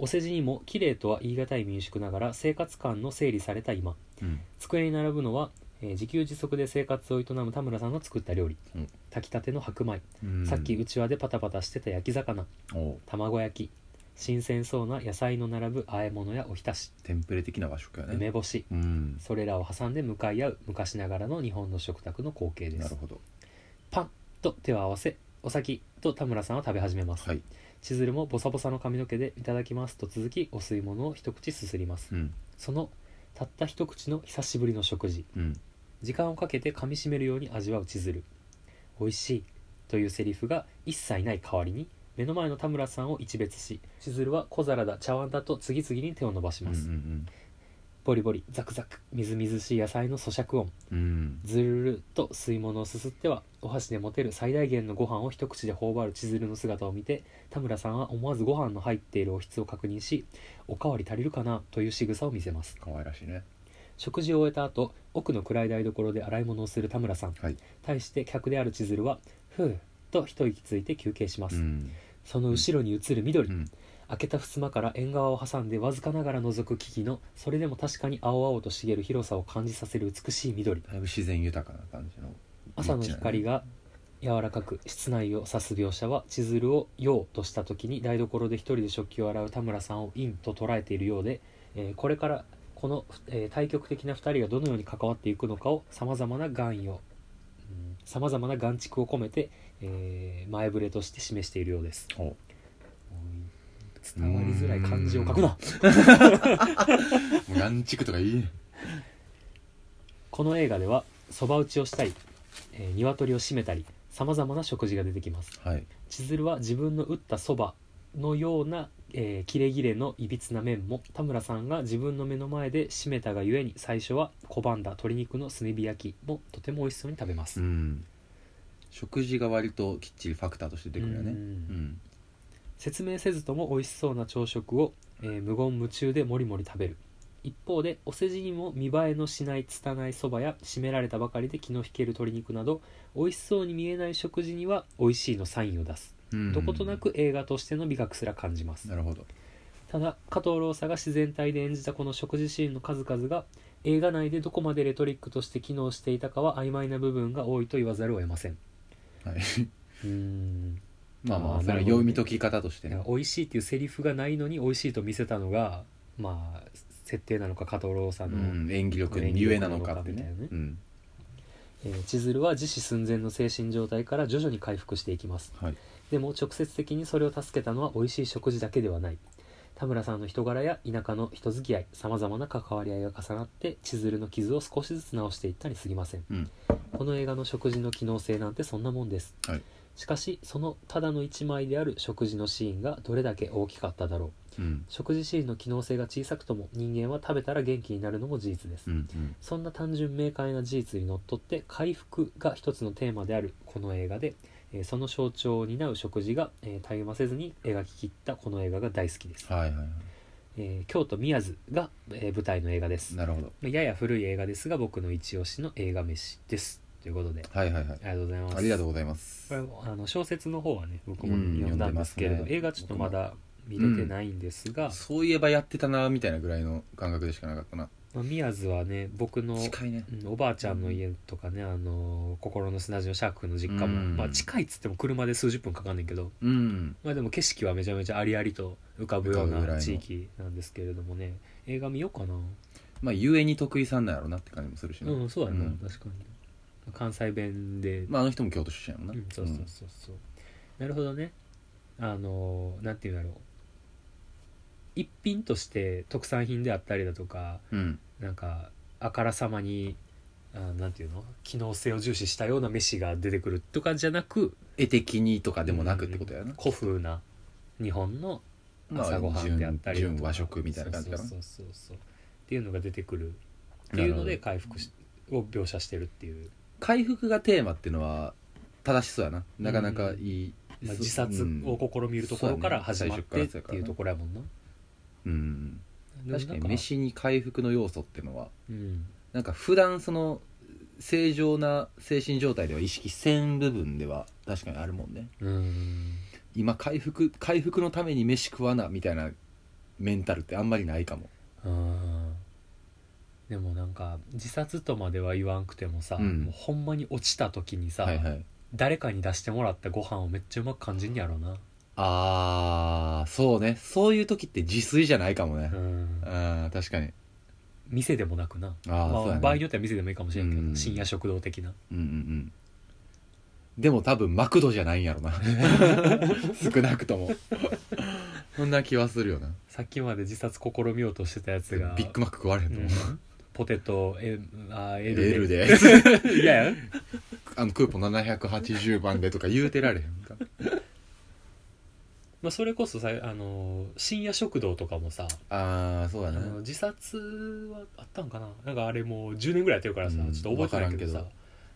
お世辞にも綺麗とは言い難い民宿ながら生活感の整理された今うん机に並ぶのは、えー自給自足で生活を営む田村さんが作った料理、うん炊きたての白米、うんさっきうちわでパタパタしてた焼き魚おう卵焼き新鮮そうな野菜の並ぶ和え物やおひたしテンプレ的な和食やね梅干しうんそれらを挟んで向かい合う昔ながらの日本の食卓の光景でなるすほどパンと手を合わせお先と田村さんは食べ始めます、はい千鶴もボサボサの髪の毛で「いただきます」と続きお吸い物を一口すすりますうんそのたった一口の久しぶりの食事うん時間をかけて噛みしめるように味わう千鶴美味しいというセリフが一切ない代わりに目の前の田村さんを一別し千鶴は小皿だ茶碗だと次々に手を伸ばしうんうます、んボリボリザクザクみずみずしい野菜の咀嚼音うんうんズルルルと吸い物をすすってはお箸で持てる最大限のご飯を一口で頬張る千鶴の姿を見て田村さんは思わずご飯の入っているおひつを確認しおかわり足りるかなという仕草を見せます可愛らしいね食事を終えた後奥の暗い台所で洗い物をする田村さんはい対して客である千鶴は「ふう」と一息ついて休憩します、うんその後ろに映る緑、うん開けた襖から縁側を挟んでわずかながら覗く木々のそれでも確かに青々と茂る広さを感じさせる美しい緑だいぶ自然豊かな感じの朝の光が柔らかく室内を指す描写は千鶴を「陽」とした時に台所で一人で食器を洗う田村さんを「陰」と捉えているようで、えーこれからこの、えー対極的な二人がどのように関わっていくのかをさまざまな願意をさまざまな眼蓄を込めて、えー前触れとして示しているようですほ伝わりづらい漢字を書くなうもうランチクとかいいねこの映画ではそば打ちをしたり、えー、鶏を締めたりさまざまな食事が出てきますはい千鶴は自分の打ったそばのような、えーキレキレのいびつな面も田村さんが自分の目の前で締めたがゆえに最初は拒んだ鶏肉の炭火焼きもとても美味しそうに食べます、うん食事が割ときっちりファクターとして出てくるよねうんうん説明せずとも美味しそうな朝食を、えー無言無中でもりもり食べる一方でお世辞にも見栄えのしない拙いそばや締められたばかりで気の引ける鶏肉など美味しそうに見えない食事には美味しいのサインを出すうんどことなく映画としての美学すら感じますなるほどただ加藤ローサが自然体で演じたこの食事シーンの数々が映画内でどこまでレトリックとして機能していたかは曖昧な部分が多いと言わざるを得ませんはいうーん まあまあーあそなれはるほど読み解き方としてだかねら美味しいっていうセリフがないのに美味しいと見せたのがまあ設定なのか加藤ローサうの、ん演技力にゆえなのかってね演技力なのかみたうんえー千鶴は自死寸前の精神状態から徐々に回復していきますはいでも直接的にそれを助けたのは美味しい食事だけではない田村さんの人柄や田舎の人付き合いさまざまな関わり合いが重なって千鶴の傷を少しずつ直していったに過ぎません、うんこの映画の食事の機能性なんてそんなもんです、はいしかしそのただの一枚である食事のシーンがどれだけ大きかっただろううん食事シーンの機能性が小さくとも人間は食べたら元気になるのも事実です、うんうんそんな単純明快な事実にのっとって回復が一つのテーマであるこの映画で、えーその象徴を担う食事が、えー、たゆませずに描き切ったこの映画が大好きです、はいはいはいえー京都宮津が、えー舞台の映画ですなるほどまあやや古い映画ですが僕の一押しの映画飯ですということではいはいはいありがとうございますありがとうございますこれあの小説の方はね僕もうん読んだんですけれど、読んでますね映画ちょっとまだ見れてないんですが、そういえばやってたなみたいなぐらいの感覚でしかなかったなまあ、宮津はね僕の近いねうんおばあちゃんの家とかね、あのー心の砂地のシャーク君の実家も、うんまあ、近いっつっても車で数十分かかんねんけど、うんまあ、でも景色はめちゃめちゃありありと浮かぶよう浮かぶぐらいなの地域なんですけれどもね映画見ようかなまあゆえに得意さんなんやろなって感じもするしうねん、そうだな、うん確かに関西弁で、まああの人も京都出身やろう、なんそうそうそうそう、なるほどねあのーなんていうんだろう一品として特産品であったりだとかうんなんかあからさまにあなんていうの機能性を重視したような飯が出てくるとかじゃなく絵的にとかでもなくってことやな古風な日本のま朝ごあはんであっ純たりだとか純和食みたいな感じかなそうそうそうそうっていうのが出てくるっていうのなるでほど回復しを描写してるっていう、回復がテーマっていうのは正しそうやななかなかいいまあ、自殺を試みるところから始まってっていうところやもんなうんでも確かなにん飯に回復の要素っていうのはうんなんか普段その正常な精神状態では意識せん部分では確かにあるもんねうん今回復回復のために飯食わなみたいなメンタルってあんまりないかもうんでもなんか自殺とまでは言わんくてもさ、うんもうほんまに落ちた時にさ、はいはい誰かに出してもらったご飯をめっちゃうまく感じんやろうなああそうねそういう時って自炊じゃないかもねうんあー確かに店でもなくなあまあ、そうやあ、ね場合によっては店でもいいかもしれんけど、うん深夜食堂的なうんうんうんでも多分マクドじゃないんやろな 少なくともそんな気はするよなさっきまで自殺試みようとしてたやつビがッグマック食われへんと思う、うんポテトえあエ L ルで でいややんあのクーポン780番でとか言うてられへんからまあそれこそさあの深夜食堂とかもさああそうあだなの自殺はあったんかななんかあれもう10年ぐらいやってるからさ、うんちょっと覚えてないけどわさか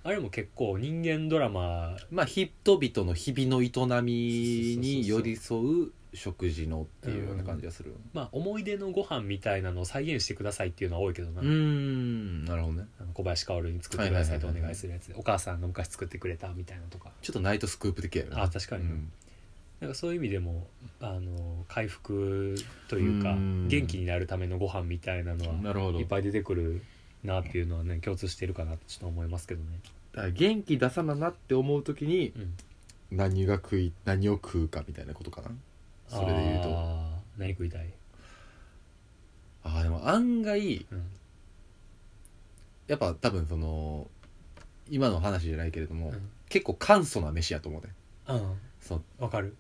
らんあれも結構人間ドラマまあ人々の日々の営みに寄り添う食事のっていうような感じがするよねまあ思い出のご飯みたいなのを再現してくださいっていうのは多いけどな、うーんなるほどねあの小林薫に作ってくださいとおはいはいは願いはいいするやつでお母さんが昔作ってくれたみたいなとかちょっとナイトスクープ的やよなあ確かに、うんなんかそういう意味でもあの回復というかうん元気になるためのご飯みたいなのはなるほどいっぱい出てくるなっていうのはね共通してるかなってちょっと思いますけどね、だから元気出さななって思う時にうん、何が食い何を食うかみたいなことかなそれで言うとあー何食いたい、ああでも案外うんやっぱ多分その今の話じゃないけれども、うん結構簡素な飯やと思うねうんそのわかる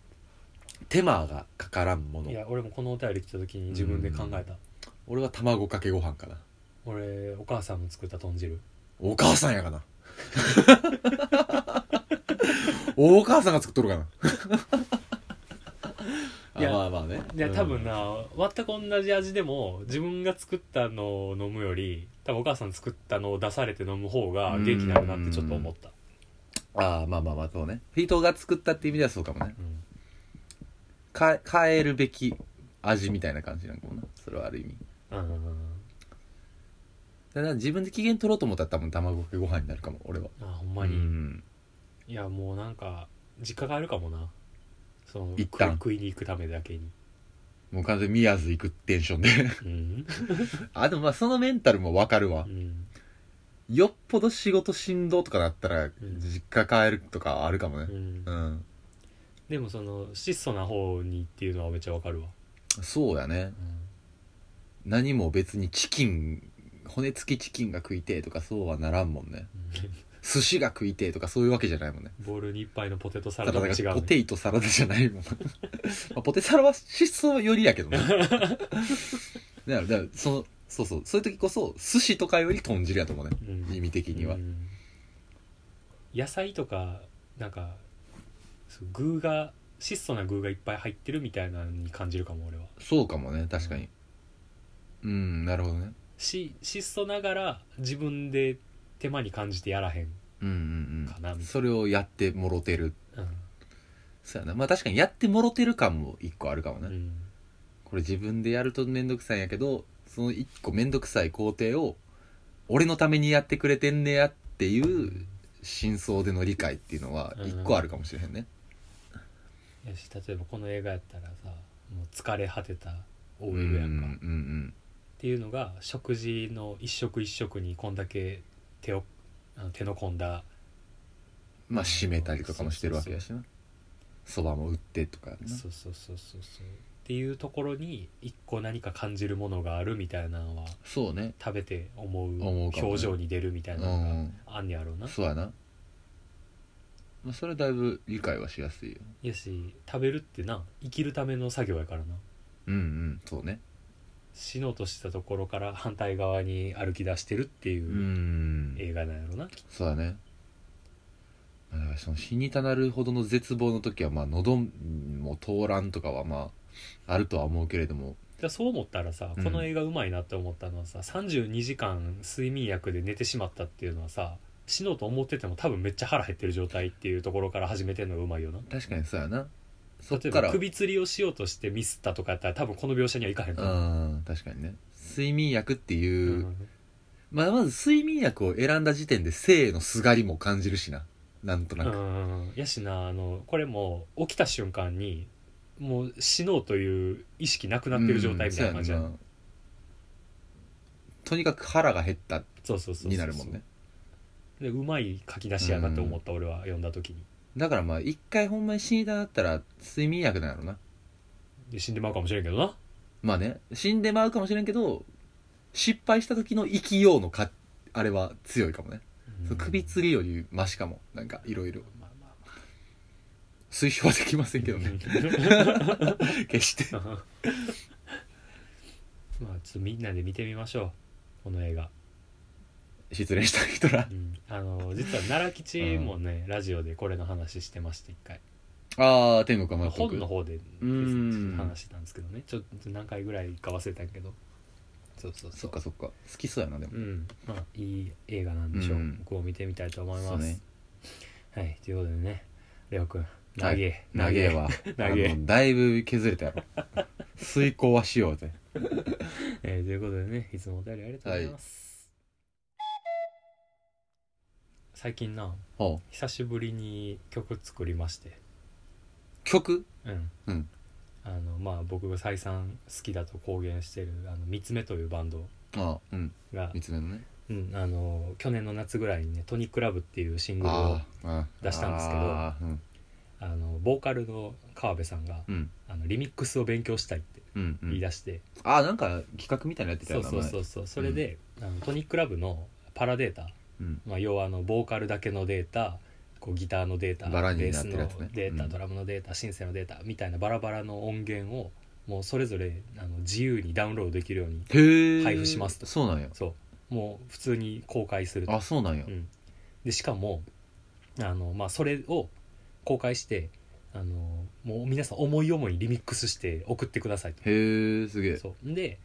手間がかからんものいや俺もこのお便り来た時に自分で考えた、俺は卵かけご飯かな俺お母さんの作った豚汁お母さんやかな お母さんが作っとるかなあいや まあまあねいやうん多分な、全く同じ味でも自分が作ったのを飲むより多分お母さん作ったのを出されて飲む方が元気になるなってちょっと思った、ああまあまあまあそうね人が作ったって意味ではそうかもねうんか変えるべき味みたいな感じなんかもなそれはある意味うんただ自分で機嫌取ろうと思ったら多分卵かけご飯になるかも俺はあほんうまに、んいやもうなんか実家があるかもなその一旦食い食いに行くためだけ に、もう完全に宮津行くテンションで うんあでもまあそのメンタルもわかるわうんよっぽど仕事しんどとかだったら実家帰るとかあるかもうねんうんでもその質素な方にっていうのはめっちゃわかるわ、そうやね何も別にチキン骨付きチキンが食いてえとかそうはならんもんね寿司が食いてえとかそういうわけじゃないもんねボールに一杯のポテトササララダダも違う、ね、がポテイトサラダじゃないもん、 まあ、ポテサラは質素よりやけ どねだからだからそのそうそうそういう時こそ寿司とかより豚汁やと思うねうん意味的には、うん野菜とかなんかそう具が質素な具がいっぱい入ってるみたいなのに感じるかも俺はそうかもね確かにうんなるほどねし質素ながら自分で手間に感じてやらへんうんうんかなみたういんなそれをやってもろてるうそうやなまあ確かにやってもろてる感も一個あるかもね、ん、うんこれ自分でやると面倒くさいんやけどその一個面倒くさい工程を俺のためにやってくれてんねやっていう真相での理解っていうのは一個あるかもしれへんね、やし例えばこの映画やったらさもう疲れ果てたうん、 OL やんか、うんっうんていうのが食事の一食一食にこんだけ手をあの手の込んだまあ締めたりとかもしてるわけやしなそばも売ってとかやなそうそうそうそうそうっていうところに一個何か感じるものがあるみたいなのはそうね食べて思う思うかもね表情に出るみたういなのんがあんねやろうな、そうやな、まあ、それはだいぶ理解はしやすいよやし食べるってな生きるための作業やからなうんうんそうね死のうとしたところから反対側に歩き出してるってういうん映画なんやろな、そうだねまあだからその死にたなるほどの絶望の時はまあ喉も通らんとかはまああるとは思うけれどもじゃあそう思ったらさうんこの映画うまいなって思ったのはさ、32時間睡眠薬で寝てしまったっていうのはさ死のうと思ってても多分めっちゃ腹減ってる状態っていうところから始めてるのがうまいよな確かにそうやなそっ例えかばらう首吊りをしようとしてミスったとかやったら多分この描写にはいかへんと思う、ん確かにね睡眠薬ってういう、んまあ、まず睡眠薬を選んだ時点で性のすがりも感じるしななんとなうく、ん、やしなあのこれも起きた瞬間にもう死のうという意識なくなってる状態みたいな感じうやんんそうやなとにかく腹が減ったそうそうそうそうになるもんねでうまい書き出しやなって思った、俺は読んだ時にだからまあ一回ほんまに死にたなったら睡眠薬なんやろなで死んでまうかもしれんけどなまあね死んでまうかもしれんけど失敗した時の生きようのかあれは強いかもね、その首吊りよりマシかもなんかいろいろ まあまあま推奨はできませんけどね決してまあちょっとみんなで見てみましょうこの映画、失恋した人らうん、あの実は奈良吉もね、ラジオでこれの話してまして一回ああ天国は全本くの方でうん話してたんですけどねちょっと何回ぐらいか忘れたけどそうそうそそっうかそっか好きそうやなでもうんまあいい映画なんでしょう、うん僕も見てみたいと思いそまうす、ねはいということでねレオくん長え投げは 投げあのだいぶ削れたやろ遂行はしようぜえーということでねいつもお便りありがとうございます、最近なほ久しぶりに曲作りましてう曲うん、うんあのまあ僕が再三好きだと公言してるあの三つ目というバンドああうんが、三つ目のねうん、あの去年の夏ぐらいにね「トニックラブ」っていうシングルをあ出したんですけどあーうんあのボーカルの川辺さんがうんあのリミックスを勉強したいってうんうん言い出して、あなんか企画みたいなのやってそたようなそうそううそうそれで、あのトニックラブのパラデータ、うんまあ、要はあのボーカルだけのデータこうギターのデータバラにベーなっスてのるやつねデータ、うんドラムのデータシンセのデータみたいなバラバラの音源をもうそれぞれあの自由にダウンロードできるようにへえ配布しますとそうなんやそうもう普通に公開するとあそうなんやうん、でしかもあの、まあ、それを公開してあのもう皆さん思い思いリミックスして送ってくださいとへえすげえそうで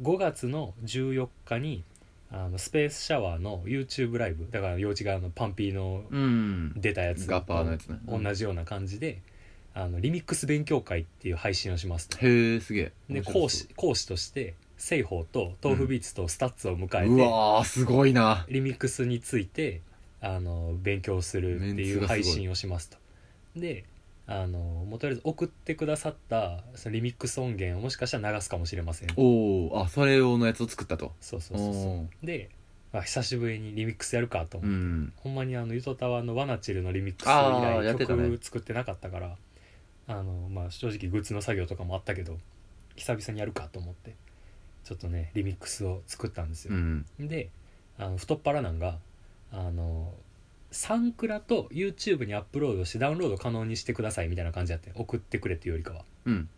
5月の14日にあのスペースシャワーの YouTube ライブだから幼稚側のパンピーのうん出たやつガッパーのやつねと同じような感じで、あのリミックス勉強会っていう配信をしますとへえすげえで面白そう講師講師として西方と豆腐ビーツとスタッツを迎えて、うわーすごいなリミックスについてあの勉強するっていう配信をしますとであのもうとりあえず送ってくださったそのリミックス音源をもしかしたら流すかもしれませんおおあそれ用のやつを作ったとそうそうそうそおーうで、まあ、久しぶりにリミックスやるかと思うって、んほんまにあのゆとたわのワナチルのリミックス以あーや来ってたね曲作ってなかったからあの、まあ、正直グッズの作業とかもあったけど久々にやるかと思ってちょっとねリミックスを作ったんですよ、うんであの太っ腹なんがあのサンクラと YouTube にアップロードしてダウンロード可能にしてくださいみたいな感じやって送ってくれっていうよりかはうん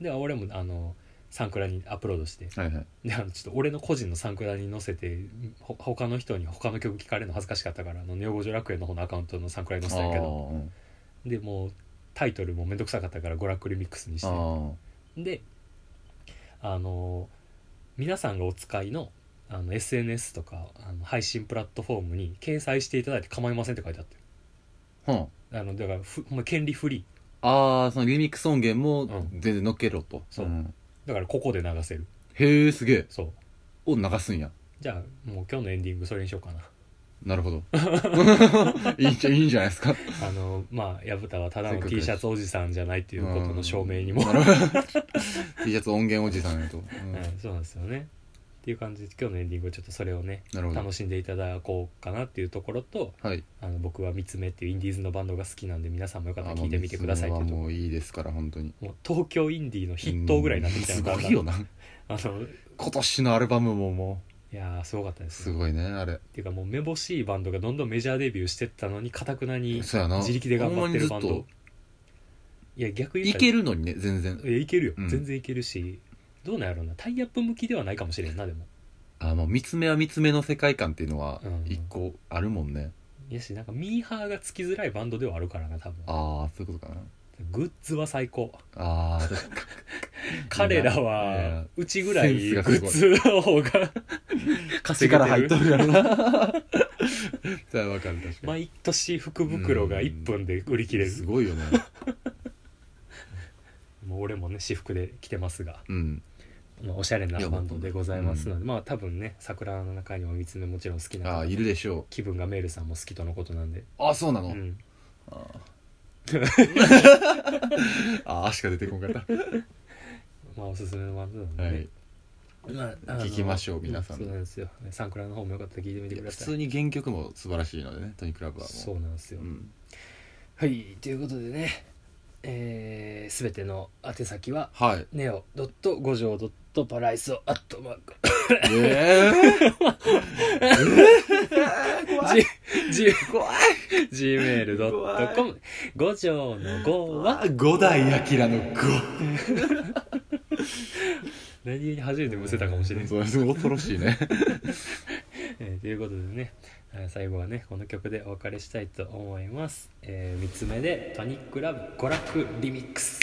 で俺もあのサンクラにアップロードしてはいはいであのちょっと俺の個人のサンクラに載せてほ他の人に他の曲聞かれるの恥ずかしかったからあのネオ五条楽園の方のアカウントのサンクラに載せたんやけどあーでもうタイトルもめんどくさかったから娯楽リミックスにしあてーであの皆さんがお使いのあの SNS とかあの配信プラットフォームに掲載していただいて構いませんって書いてあってほんあのだからふほんま権利フリーああそのリミックス音源もうん全然乗っけろと、そうんだからここで流せるへえすげえそうを流すんやじゃあもう今日のエンディングそれにしようかななる ほどいいんじゃいいんじゃないですかあのまあ薮田はただせっのかく T シャツおじさんじゃないっていうことの証明にも、うんなるほど T シャツ音源おじさんやと、うんはいそうなんですよねっていう感じで今日のエンディングはちょっとそれをねなるほど楽しんでいただこうかなっていうところとはいあの僕は「三つ目」っていうインディーズのバンドが好きなんで皆さんもよかったら聞いてみてくださいっあていうもうとこもういいですから本当にもう東京インディーの筆頭ぐらいになってきたうんのすかごいよなあのい今年のアルバムももやーすごかったでうすすごいねあれっていうかもうめぼしいバンドがどんどんメジャーデビューしてったのにかたくなにそうやな自力で頑張ってるバンほんまドにいずや逆っにと言っいたらけるのにね全然いやいけるよ、うん全然いけるしどうなんやろうなタイアップ向きではないかもしれんなでもあもう見つめは見つめの世界観っていうのはうん一個あるもんね、いやしなんかミーハーがつきづらいバンドではあるからな多分ああそういうことかなグッズは最高ああ 彼らいやいやはうちぐらいセンスグがすッごいズの方 が稼げ力て入っるとるやろな それはわかる確かに 毎年福袋が1分で売り切れるすごいよねもう俺もね私服で着てますが、うんまあ、おしゃれないやバンドでございますので、まあ多分ね桜の中にも三つ目もちろん好きなあ方あいるでしょ気分がメールさんも好きとのことなんで、うああそうなの、うん、ああしか出てこんかったまあおすすめのバンドなんで、はいねまああの聞きましょう皆さんそうなんですよサンクラの方もよかったら聞いてみていくやだ普さい通に原曲も素晴らしいのでねトニークラブはもうそうなんですよ、うんはいということでねえー、全ての宛先は はい。 ネオドット五条ドットパライソアットマークえジー、怖い gmail.com 五条の五は五代明の五。何気に初めてむせたかもしれないそうです恐ろしいね。えーということでねあー最後はねこの曲でお別れしたいと思います、え3つ目で「トニックラブ娯楽リミックス」